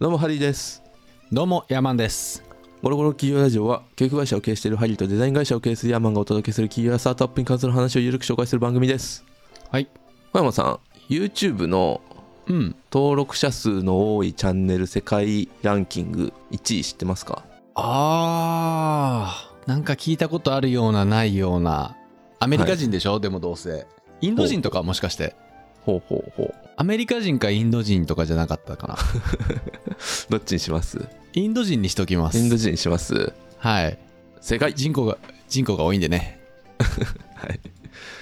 どうもハリーですどうもヤーマンですゴロゴロ企業ラジオは教育会社を経営しているハリーとデザイン会社を経営するヤーマンがお届けする企業やスタートアップに関する話をゆるく紹介する番組ですはい小山さん YouTube のうん登録者数の多いチャンネル世界ランキング1位知ってますかあーなんか聞いたことあるようなないようなアメリカ人でしょ、でもどうせインド人とかもしかしてほうほうほうアメリカ人かインド人とかじゃなかったか などっちにしますインド人にしときますインド人にしますはい正解人口が人口が多いんでね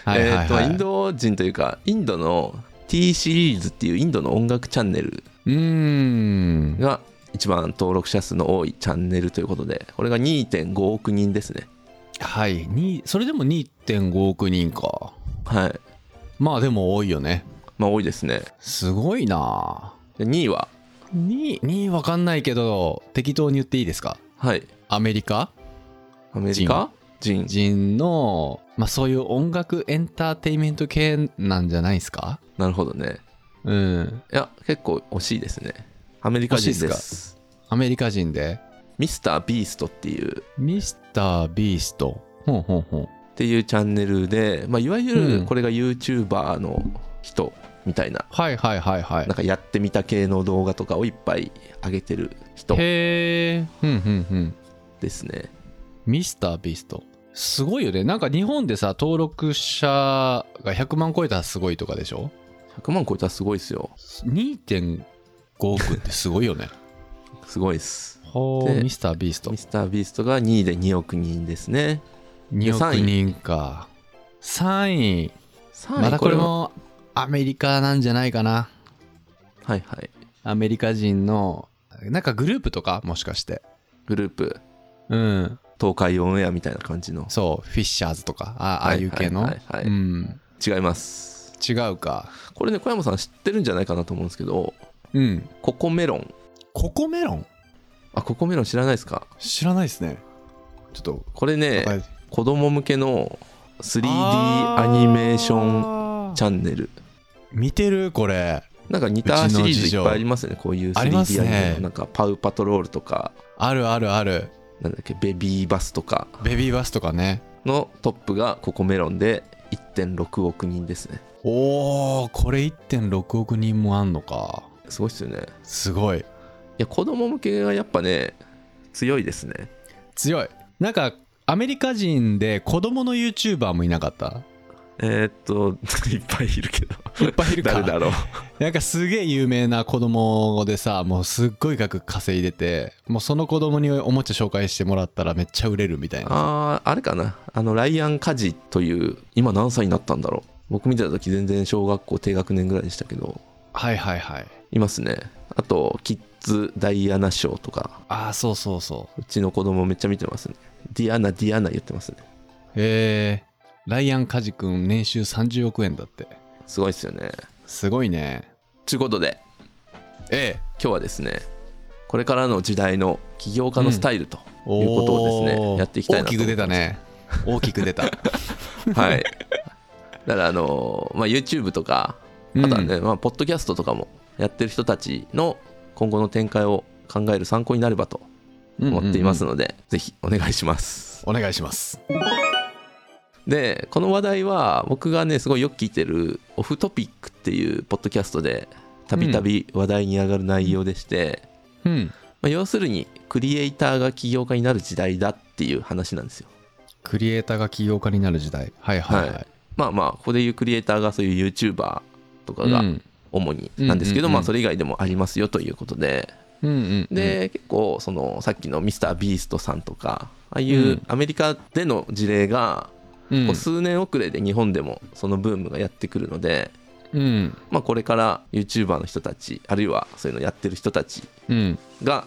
はい はいはいはい、えーとインド人というかインドの T シリーズっていうインドの音楽チャンネルうーんが一番登録者数の多いチャンネルということでこれが2.5億人ですねはいにそれでも2.5億人かはいまあでも多いよねまあ多いですねすごいなで2位は2位2位わかんないけど適当に言っていいですかはいアメリカアメリカ人人の、まあ、そういう音楽エンターテインメント系なんじゃないですかなるほどねうんいや結構惜しいですねアメリカ人です惜しいっアメリカ人でミスタービーストっていうミスター・ビーストほんほんほんっていうチャンネルで、まあ、いわゆうるんこれが YouTuber の人みたいな、はいはいはいはいなんかやってみた系の動画とかをいっぱい上げてる人へえうんうんうんですねミスター・ビーストすごいよねなんか日本でさ登録者が100万超えたらすごいとかでしょ100万超えたらすごいですよ2.5億ってすごいよねすごい ですほでうミスター・ビーストミスタービーストが2位で2億人ですね2億三位人か3位3位まだこれもアメリカなんじゃないかなはいはいアメリカ人のなんかグループとかもしかしてグループうん東海オンエアみたいな感じのそうフィッシャーズとかあああはいいう系の、はいはいはいうん違います違うかこれね小山さん知ってるんじゃないかなと思うんですけどうんココメロンココメロンあココメロン知らないですか知らないですねちょっとこれね、はい子供向けの 3D アニメーションョチャンネル見てるこれなんか似たシリーうちの事ズい情っぱいありますよねこういうあります 3D アニメねのなんかパウパトロールとかあるあるあるなんだっけベビーバスとかベビーバスとかねのトップがココメロンで1.6億人ですねおおこれ1.6億人もあんのかすごいっすよねいすごいや子供向けがやっぱね強いですね強いなんかアメリカ人で子供の YouTuber もいなかったえーっと いっぱいいるけどいっぱいいるか誰だろうなんかすげえ有名な子供でさもうすっごい額稼いでてもうその子供におもちゃ紹介してもらったらめっちゃ売れるみたいなあーあれかなあのライアン・カジという今何歳になったんだろう僕見てた時全然小学校低学年ぐらいでしたけどはいはいはいいますねあとキッズ・ダイアナショーとかああそうそうそううちの子供めっちゃ見てますねディアナディアナ言ってますねへえライアン・カジ君年収30億円だってすごいっすよねすごいねちゅうことでええ今日はですねこれからの時代の起業家のスタイルというおことをですね、ーやっていきたい大なとき思くい出またね大きく出たあすはいだからあのーまあ、YouTube とかあとはね、 まあ、ポッドキャストとかもやってる人たちの今後の展開を考える参考になればと思っていますので、ぜひお願いします。お願いしますで、この話題は僕がね、すごいよく聞いてるオフトピックっていうポッドキャストで、たびたび話題に上がる内容でして、うんまあ、要するにクリエイターが起業家になる時代だっていう話なんですよ。クリエイターが起業家になる時代はいはいはい、まあまあ、ここでいうクリエイターがそういう YouTuber とかうがん主になんですけど、うんうんうんまあそれ以外でもありますよということで、うんうんうん、で、結構そのさっきのミスタービーストさんとかああいううんアメリカでの事例が、うんこう数年遅れで日本でもそのブームがやってくるので、うんまあ、これから YouTuber の人たちあるいはそういうのやってる人たちうんが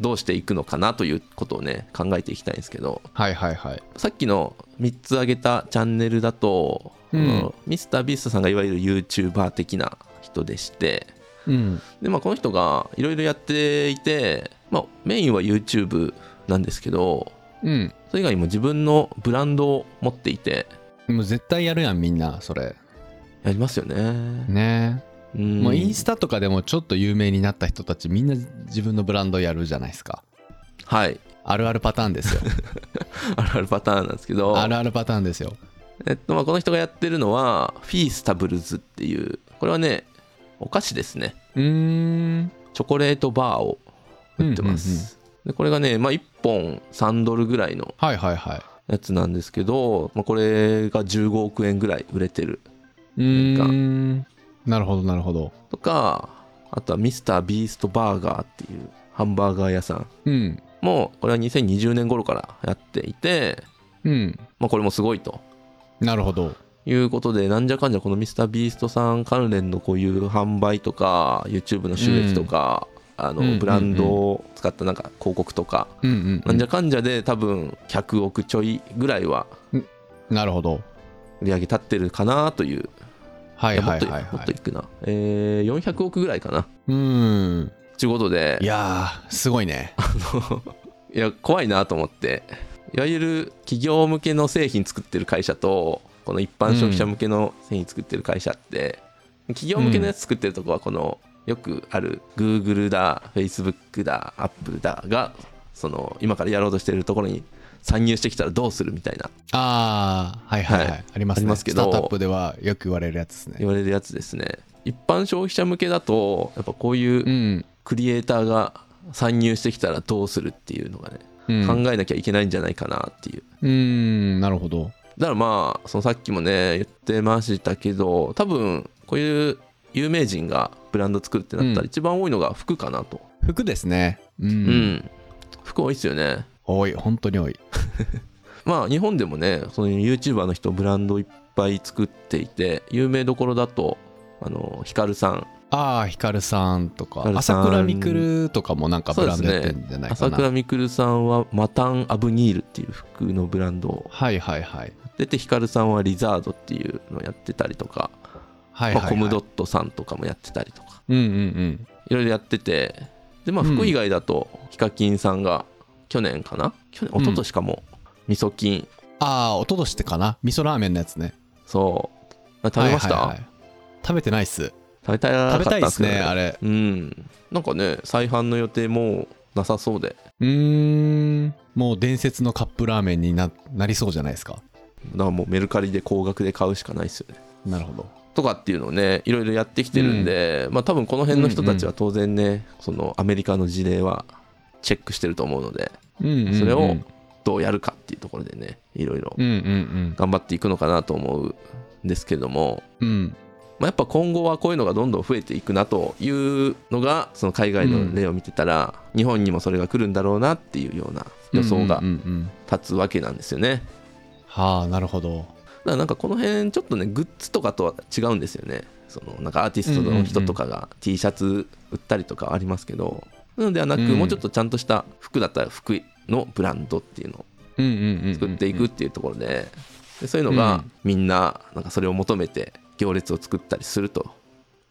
どうしていくのかなということをね考えていきたいんですけどはいはいはいさっきの3つ挙げたチャンネルだと、うんあのミスタービーストさんがいわゆる YouTuber 的な人でしてうんでまあこの人がいろいろやっていて、まあ、メインは YouTube なんですけどうんそれ以外にも自分のブランドを持っていてもう絶対やるやんみんなそれやりますよねねうんもうインスタとかでもちょっと有名になった人たちみんな自分のブランドやるじゃないですかはいあるあるパターンで すよあるあるパターンなんですけどあるあるパターンですよえっとまあ、この人がやってるのはフィースタブルズっていうこれはねお菓子ですねうーんチョコレートバーを売ってます、でこれがね、まあ、1本3ドルぐらいのはいはいはいやつなんですけど、まあ、これが15億円ぐらい売れてるうーんなるほどなるほどとかあとはミスタービーストバーガーっていうハンバーガー屋さんうんもこれは2020年頃からやっていて、うんまあ、これもすごいとなるほどいうことでなんじゃかんじゃこのミスタービーストさん関連のこういう販売とか YouTube の収益とか、あうんうんうのんブランドを使ったなんか広告とか、うんうん、なんじゃかんじゃで多分100億ちょいぐらいはなるほど売り上げ立ってるかなという、はいいやもはっいとはいもはっといいくな、えー、400億ぐらいかなうーんということでいやーすご いねいや怖いなと思っていわゆる企業向けの製品作ってる会社とこの一般消費者向けの製品作ってる会社って、企業向けのやつ作ってるとこはこのよくある Google だ Facebook だ Apple だがその今からやろうとしてるところに参入してきたらどうするみたいなあーはいはいはい、はいありますねありますけどスタートアップではよく言われるやつですね言われるやつですね一般消費者向けだとやっぱこういうう、うんクリエイターが参入してきたらどうするっていうのがね、うん、考えなきゃいけないんじゃないかなっていううーんなるほどだからまあそのさっきもね言ってましたけど多分こういう有名人がブランド作るってなったうんら一番多いのが服かなと服ですねうん、うん、服多いっすよね多い本当に多いまあ日本でもねそういう YouTuber の人ブランドいっぱい作っていて有名どころだとあのヒカルさんああヒカルさんとかヒカルさん朝倉未来とかもなんかブランドやってんじゃないか朝な、倉未来さんはマタン・アブニールっていう服のブランドをはいはいはい出てヒカルさんはリザードっていうのをやってたりとか、はいはい、まはあ、い、コムドットさんとかもやってたりとかうんうんうんいろいろやっててでまあうん服以外だとヒカキンさんが去年かな去年うん一昨年かも、味噌菌ああおととしってかな味噌ラーメンのやつねそうあ食べました、はいはいはい食べてないっす食べたいなか食っべたたんいでですすけどねあれうんなんかね再販の予定もうなさそうでうーんもう伝説のカップラーメンにななりそうじゃないですかだからもうメルカリで高額で買うしかないですよねなるほどとかっていうのをねいろいろやってきてるんで、まあ多分この辺の人たちは当然ね、そのアメリカの事例はチェックしてると思うのでうんうんうんそれをどうやるかっていうところでねいろいろうんうん頑張っていくのかなと思うんですけども、うんうんまあ、やっぱ今後はこういうのがどんどん増えていくなというのがその海外の例を見てたら、日本にもそれが来るんだろうなっていうような予想がうんうんうんうん立つわけなんですよね。はあなるほどだからなんかこの辺ちょっとねグッズとかとは違うんですよね。そのなんかアーティストの人とかが T シャツ売ったりとかはありますけど、なのではなくうんもうちょっとちゃんとした服だったら服のブランドっていうのをうんうんうん作っていくっていうところででそういうのがうんみんななんかそれを求めて行列を作ったりすると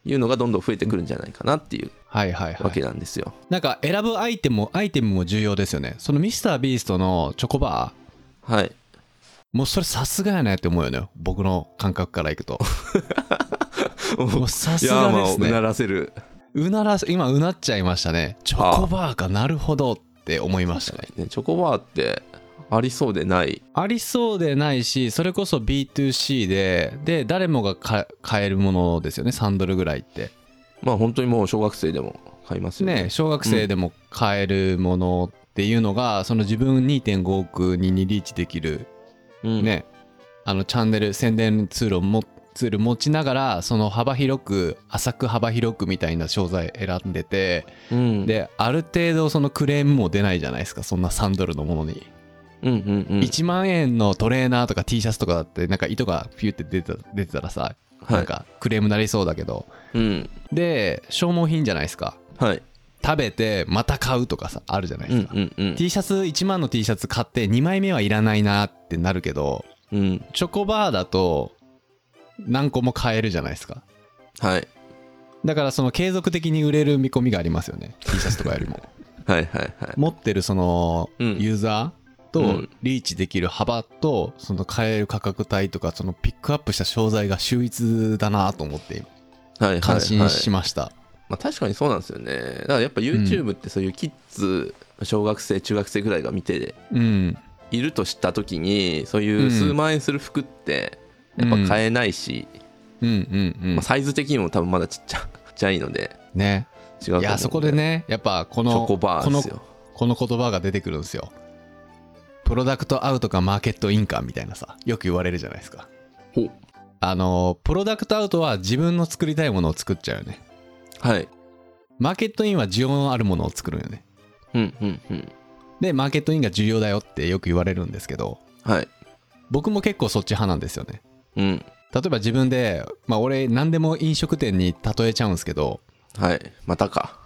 いうのがどんどん増えてくるんじゃないかなっていうはいはいはわいけなんですよ。なんか選ぶアイテムもアイテムも重要ですよねそのミスタービーストのチョコバーはい、もうそれさすがやなって思うよね僕の感覚からいくと もうさすいがですやーまあうなねらせるうならす今うなっちゃいましたねチョコバーかなるほどって思いましたねねチョコバーってありそうでないありそうでないしそれこそ B2C でで誰もがか買えるものですよね3ドルぐらいってまあ本当にもう小学生でも買いますよねね小学生でも買えるものっていうのが、その自分2.5億人にリーチできるうん、ね、あのチャンネル宣伝ツールをもツール持ちながらその幅広く浅く幅広くみたいな商材選んでて、うん、である程度そのクレームも出ないじゃないですかそんな3ドルのものに、うんうんうん1万円のトレーナーとか T シャツとかだってなんか糸がピュって出てた出てたらさ、はなんいかクレームなりそうだけどうんで消耗品じゃないですかはい食べてまた買うとかさあるじゃないでうんすか、うんうん T シャツ1万の T シャツ買って2枚目はいらないなってなるけどうんチョコバーだと何個も買えるじゃないですかはいだからその継続的に売れる見込みがありますよね T シャツとかよ りもはいはいはい持ってるそのうんユーザーうとんリーチできる幅とその買える価格帯とかそのピックアップした商材が秀逸だなと思ってはいはい感は心いしました、まあ、確かにそうなんですよねだからやっぱ YouTube ってそういうキッズ、小学生中学生ぐらいが見てうんいるとした時にそういううん数万円する服ってやっぱ買えないし、うんうんうんまあ、サイズ的にも多分まだちっちゃ ちっちゃいのでね違うと思うんいやそこでねやっぱこチのョコバーこでのすよこの言葉が出てくるんですよプロダクトアウトかマーケットインかみたいなさよく言われるじゃないですかほうあのプロダクトアウトは自分の作りたいものを作っちゃうよねはいマーケットインは需要のあるものを作るよねうんうんうんでマーケットインが重要だよってよく言われるんですけどはい僕も結構そっち派なんですよねうん例えば自分でまあ俺何でも飲食店に例えちゃうんですけど はいまたか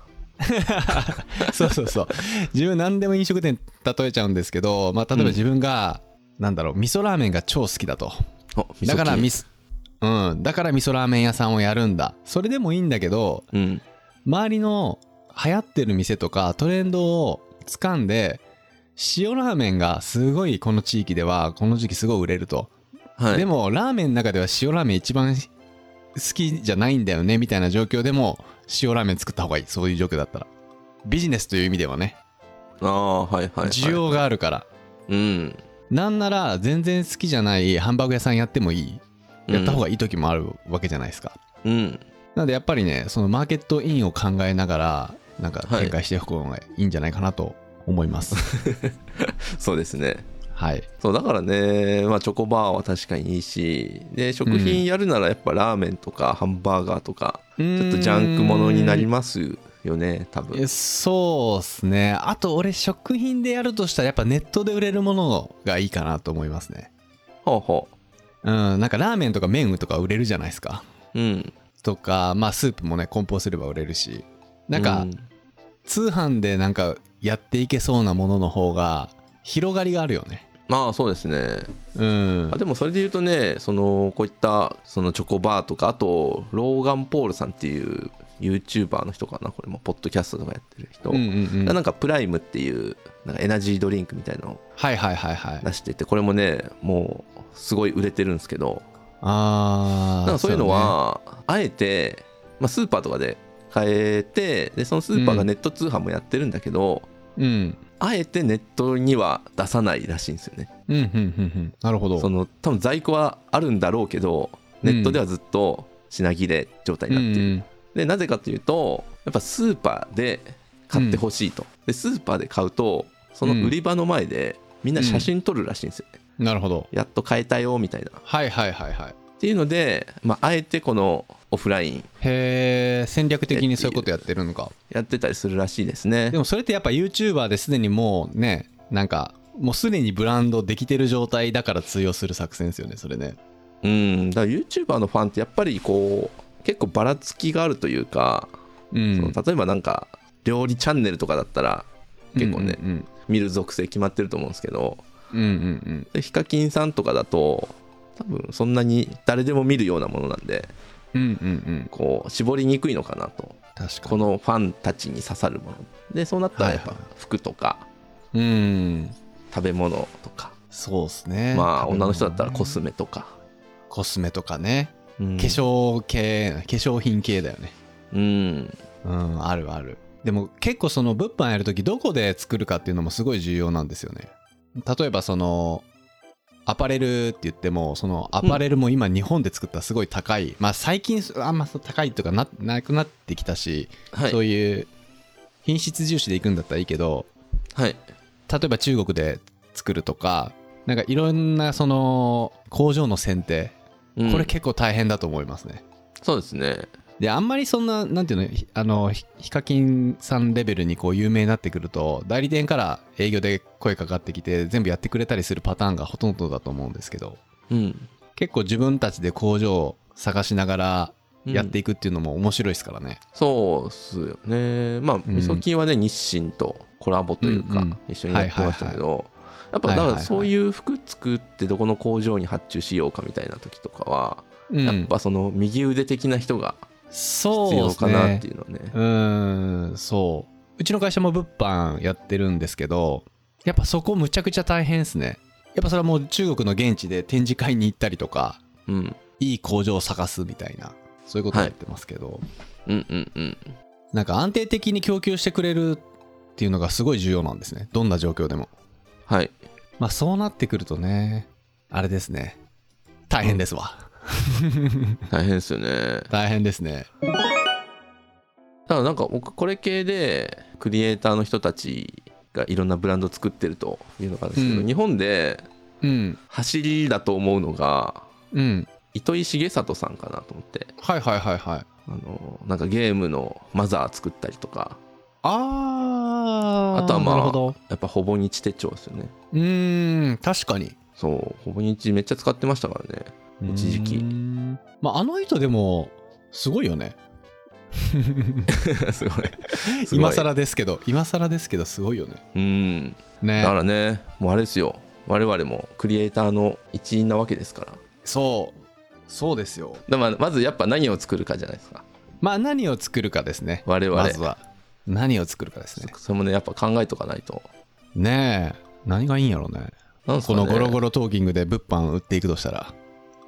そうそうそう自分何でも飲食店例えちゃうんですけどまあ例えば自分が、なんだろう味噌ラーメンが超好きだとお味噌だから切りミスうんだから味噌ラーメン屋さんをやるんだそれでもいいんだけどうん周りの流行ってる店とかトレンドを掴んで塩ラーメンがすごいこの地域ではこの時期すごい売れると、はいでもラーメンの中では塩ラーメン一番好きじゃないんだよねみたいな状況でも塩ラーメン作った方がいいそういう状況だったらビジネスという意味ではねああはいはい、はい、需要があるから、うんなんなら全然好きじゃないハンバーグ屋さんやってもいいやった方がいい時もあるわけじゃないですか、うんなのでやっぱりねそのマーケットインを考えながらなんか展開していく方がいいんじゃないかなと思います。 そうですねはい、そうだからね、まあ、チョコバーは確かにいいしで食品やるならやっぱラーメンとかハンバーガーとか、ちちょっとジャンクものになりますよね多分そうですね。あと俺食品でやるとしたらやっぱネットで売れるものがいいかなと思いますね。ほうほうん、なんかラーメンとか麺とか売れるじゃないですか。ううんとか、まあスープもね、梱包すれば売れるし。なんうか通販でなんかやっていけそうなものの方が広がりがあるよね。まあそうですねうんあ。でもそれで言うとねそのこういったそのチョコバーとかあとローガン・ポールさんっていう YouTuber の人かなこれもポッドキャストとかやってる人、うんうんうんな、んかプライムっていうなんかエナジードリンクみたいなのをはいはいはいはい。出しててこれもねもうすごい売れてるんですけどだああ。からそういうのはあえて、まあ、スーパーとかで買えてでそのスーパーがうんネット通販もやってるんだけど、そうね、うん。あえてネットには出さないらしいんですよねうんうんうんうん。なるほど。その多分在庫はあるんだろうけどネットではずっと品切れ状態になってる、うんでなぜかというとやっぱスーパーで買ってほしいと、でスーパーで買うとその売り場の前でみんな写真撮るらしいんですよね、うんなるほど。やっと買えたよみたいなっはいはいはいはい。ていうので、まああえてこのオフラインへえ、戦略的にそういうことやってるのか。やってたりするらしいですねでもそれってやっぱ YouTuber ですでにもうね、なんか、もうすでにブランドできてる状態だから通用する作戦ですよね、それね。うん、だから YouTuber のファンってやっぱりこう結構ばらつきがあるというか、うそのん。例えばなんか料理チャンネルとかだったら結構ね、うん見る属性決まってると思うんですけどうんうんでヒカキンさんとかだと多分そんなに誰でも見るようなものなんでうん。うんうんうん。こう絞りにくいのかなと確かこに。のファンたちに刺さるものでそうなったらやっぱはいは服とかうん。食べ物とか、そうですね。まあ食女べ物の人だったらコスねメとか、コスメとかね。うん化粧系、化粧品系だよね。うんうん、あるある。でも結構その物販やるときどこで作るかっていうのもすごい重要なんですよね。例えばそのアパレルって言ってもそのアパレルも今日本で作ったすごい高い、まあ最近あんまそう高いとかななくなってきたし、はいそういう品質重視でいくんだったらいいけどはい例えば中国で作るとかなんかいろんなその工場の選定うんこれ結構大変だと思いますね。そうですねであんまりそんななんていうのひあのひヒカキンさんレベルにこう有名になってくると代理店から営業で声かかってきて全部やってくれたりするパターンがほとんどだと思うんですけどうん結構自分たちで工場を探しながらやっていくっていうのも面白いですからね、そうっすよねまあみそきんはね日清とコラボといううんうかん一緒にやってましたけどやっぱだはいかはいらはいそういう服作ってどこの工場に発注しようかみたいな時とかはうんやっぱその右腕的な人がそう必で要すかなっねていうのはねうーんそううちの会社も物販やってるんですけどやっぱそこむちゃくちゃ大変ですねやっぱそれはもう中国の現地で展示会に行ったりとかうんいい工場を探すみたいなそういうことをやってますけど、うんうんうんなんか安定的に供給してくれるっていうのがすごい重要なんですねどんな状況でもはいまあそうなってくるとねあれですね大変ですわ、大変ですよね大変ですねただなんか僕これ系でクリエイターの人たちがいろんなブランド作ってるというのがあるんですけど、うん日本でうん走りだと思うのがうん糸井重里さんかなと思ってはいはいはいはいあのなんかゲームのマザー作ったりとかあーあとはまあなるほどやっぱほぼ日手帳ですよねうーん確かにそうほぼ日めっちゃ使ってましたからね 一時期うーんまああの人でもすごいよねすごい。今更ですけど今更ですけどすごいよねうん。だねからね、もうあれですよ。我々もクリエイターの一員なわけですから。そうそうですよだからまずやっぱ何を作るかじゃないですか。まあ何を作るかですね我々。まずは何を作るかですねそれもね、やっぱ考えとかないと。ねえ何がいいんやろねなんすかこねのゴロゴロトーキングで物販売っていくとしたら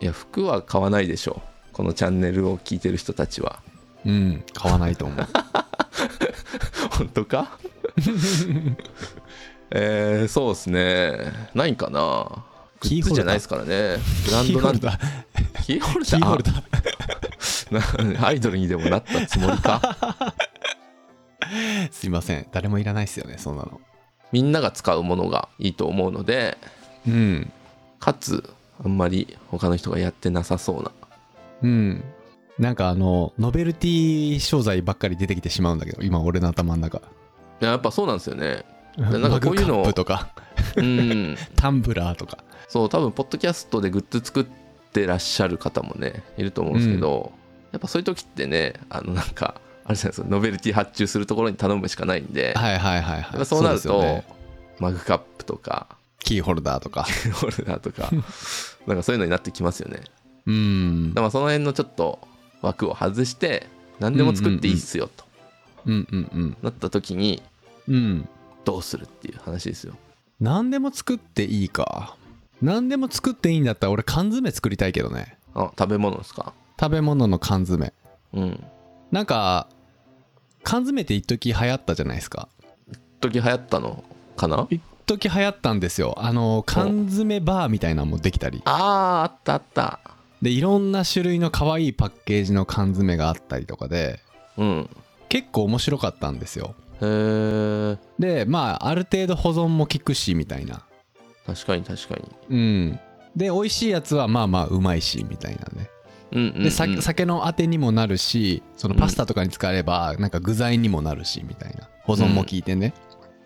いや、服は買わないでしょう。このチャンネルを聞いてる人たちは。うん買わない と思う本当 かえー、そうですね。何かな。グキーッズホルダーじゃないですからね。ブランキドなーホんルて。ダーキーホルダキーーホルダーなアイドルにでもなったつもりか。すいません誰もいらないっすよねそんなのみんなが使うものがいいと思うのでうんかつあんまり他の人がやってなさそうなうんなんかあのノベルティ商材ばっかり出てきてしまうんだけど今俺の頭の中いややっぱそうなんですよねなんかこういうのマグカップとかうんタンブラーとかそう多分ポッドキャストでグッズ作ってらっしゃる方もねいると思うんですけど、やっぱそういう時ってねあのなんかあれじゃないですかノベルティ発注するところに頼むしかないんで、はいはいはいやっはぱいそうなるですよと、ねマグカップと かキーホルダーとかホルダーとかなんかそういうのになってきますよねうんだからその辺のちょっと枠を外して何でも作っていいっすよとうんうんうんなった時にうんどうするっていう話ですよ何でも作っていいか何でも作っていいんだったら俺缶詰作りたいけどねあ食べ物ですか食べ物の缶詰うんなんか缶詰って一時流行ったじゃないですか時流行ったのかな一時流行ったんですよあの缶詰バーみたいなのもできたりあーあったあったでいろんな種類の可愛いパッケージの缶詰があったりとかでうん結構面白かったんですよへえでまあある程度保存も効くしみたいな確かに確かにうんで美味しいやつはまあまあうまいしみたいなねうんうん、うん、でさ酒のあてにもなるしそのパスタとかに使えばなんか具材にもなるしみたいな保存も効いてね、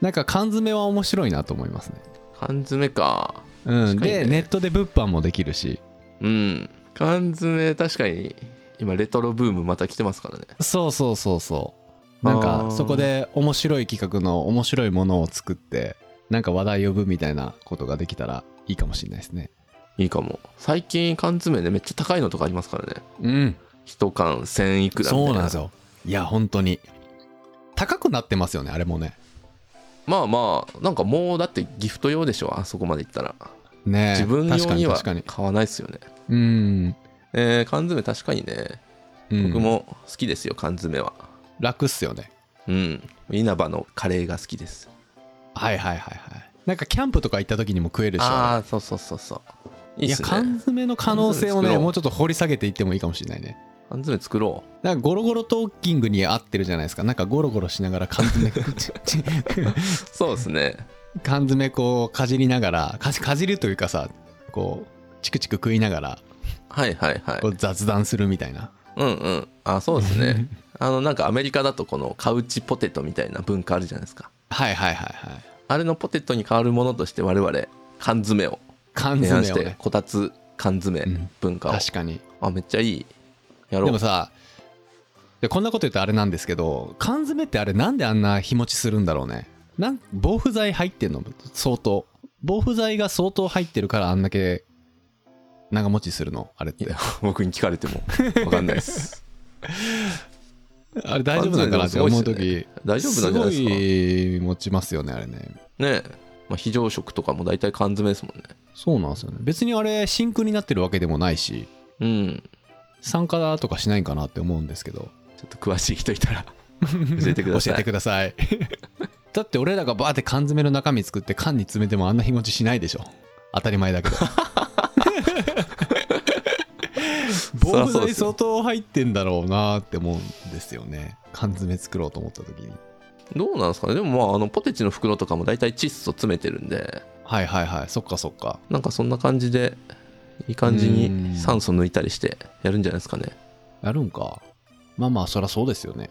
なんか缶詰は面白いなと思いますね、缶詰かうん、確かにねでネットで物販もできるしうん缶詰確かに今レトロブームまた来てますからねそうそうそうそうなんあかーそこで面白い企画の面白いものを作ってなんか話題呼ぶみたいなことができたらいいかもしれないですねいいかも最近缶詰ねめっちゃ高いのとかありますからねうん一缶1000いくらみたいそうなんですよいや本当に高くなってますよねあれもねまあまあなんかもうだってギフト用でしょあそこまでいったらねえ自分用には確かに確か買わないっすよねにうん、えー缶詰確かにねうん僕も好きですよ、缶詰は楽っすよねうん稲葉のカレーが好きですはいはいはいはいなんかキャンプとか行った時にも食えるでしょああそうそうそうそういいいっやすね缶詰の可能性を缶詰作ねろうもうちょっと掘り下げていってもいいかもしれないね缶詰作ろなんかゴロゴロトーキングに合ってるじゃないですかなんかゴロゴロしながら缶詰ちち う そうですね缶詰こうかじりながらかじかじるというかさこうチクチク食いながらはいはいはいこう雑談するみたいなうんうんあそうです ねあのなんかアメリカだとこのカウチポテトみたいな文化あるじゃないですかはいはいはいはいあれのポテトに代わるものとして我々缶詰を缶提案し詰てをねこたつ缶詰うん文化を、確かにあめっちゃいいやろでうもさでこんなこと言うとあれなんですけど缶詰ってあれなんであんな日持ちするんだろうねなん防腐剤入ってんの相当防腐剤が相当入ってるからあんだけ長持ちするのあれっいてや僕に聞かれて も分かんないです あれ大丈夫なんかなって思う缶詰時大丈夫なんじゃないですかすごい持ちますよねあれねねえ、まあ、非常食とかも大体缶詰ですもんねそうなんですよね別にあれ真空になってるわけでもないしうん参加とかしないんかなって思うんですけどちょっと詳しい人い たら教えてください教えてください だって俺らがバーって缶詰の中身作って缶に詰めてもあんな日持ちしないでしょ当たり前だ けどボそりゃーそうでルにすよ相当入ってんだろうなって思うんですよね缶詰作ろうと思った時にどうなんですかねでもまああのポテチの袋とかも大体窒素詰めてるんではいはいはいそっかそっかなんかそんな感じでいい感じうんに酸素抜いたりしてやるんじゃないですかね、やるんかまあまあそりゃそうですよね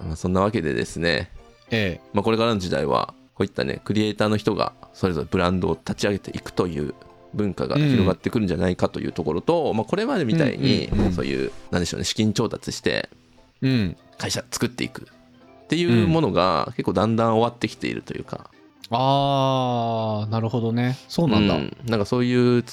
まあ、そんなわけでですね、ええまあ、これからの時代はこういったねクリエイターの人がそれぞれブランドを立ち上げていくという文化が広がってくるんじゃないかというところと、まあ、これまでみたいにうんうんうんそういう何でしょうね資金調達してうん会社作っていくっていうものが結構だんだん終わってきているというか、あーなるほどねそうなんだ、うんなんかそういう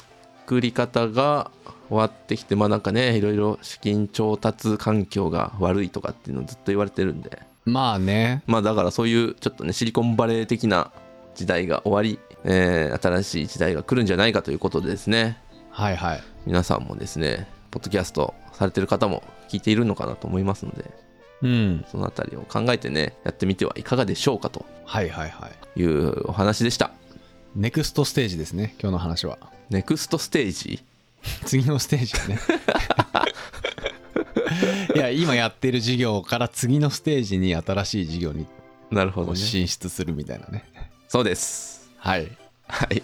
作り方が終わってきてまあなんかねいろいろ資金調達環境が悪いとかっていうのをずっと言われてるんでまあねまあだからそういうちょっとねシリコンバレー的な時代が終わり、えー新しい時代が来るんじゃないかということでですねはいはい皆さんもですねポッドキャストされてる方も聞いているのかなと思いますのでうんそのあたりを考えてねやってみてはいかがでしょうかとはいはいはいいうお話でしたネクストステージですね今日の話はネクストステージ次のステージだ ねいや今やってる事業から次のステージに新しい事業になるほどこうね進出するみたいなねそうですはいはい。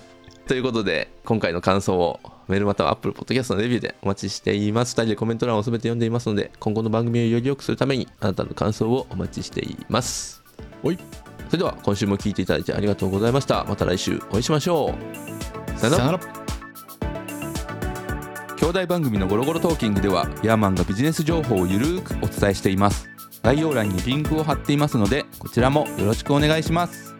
ということで、今回の感想をメールまたは Apple Podcast のレビューでお待ちしています。2人でコメント欄を全て読んでいますので、今後の番組をより良くするために、あなたの感想をお待ちしています。おいそれでは、今週も聞いていただいてありがとうございました。また来週お会いしましょう。さよなら。ら兄弟番組のゴロゴロトーキングではヤーマンがビジネス情報をゆるーくお伝えしています概要欄にリンクを貼っていますのでこちらもよろしくお願いします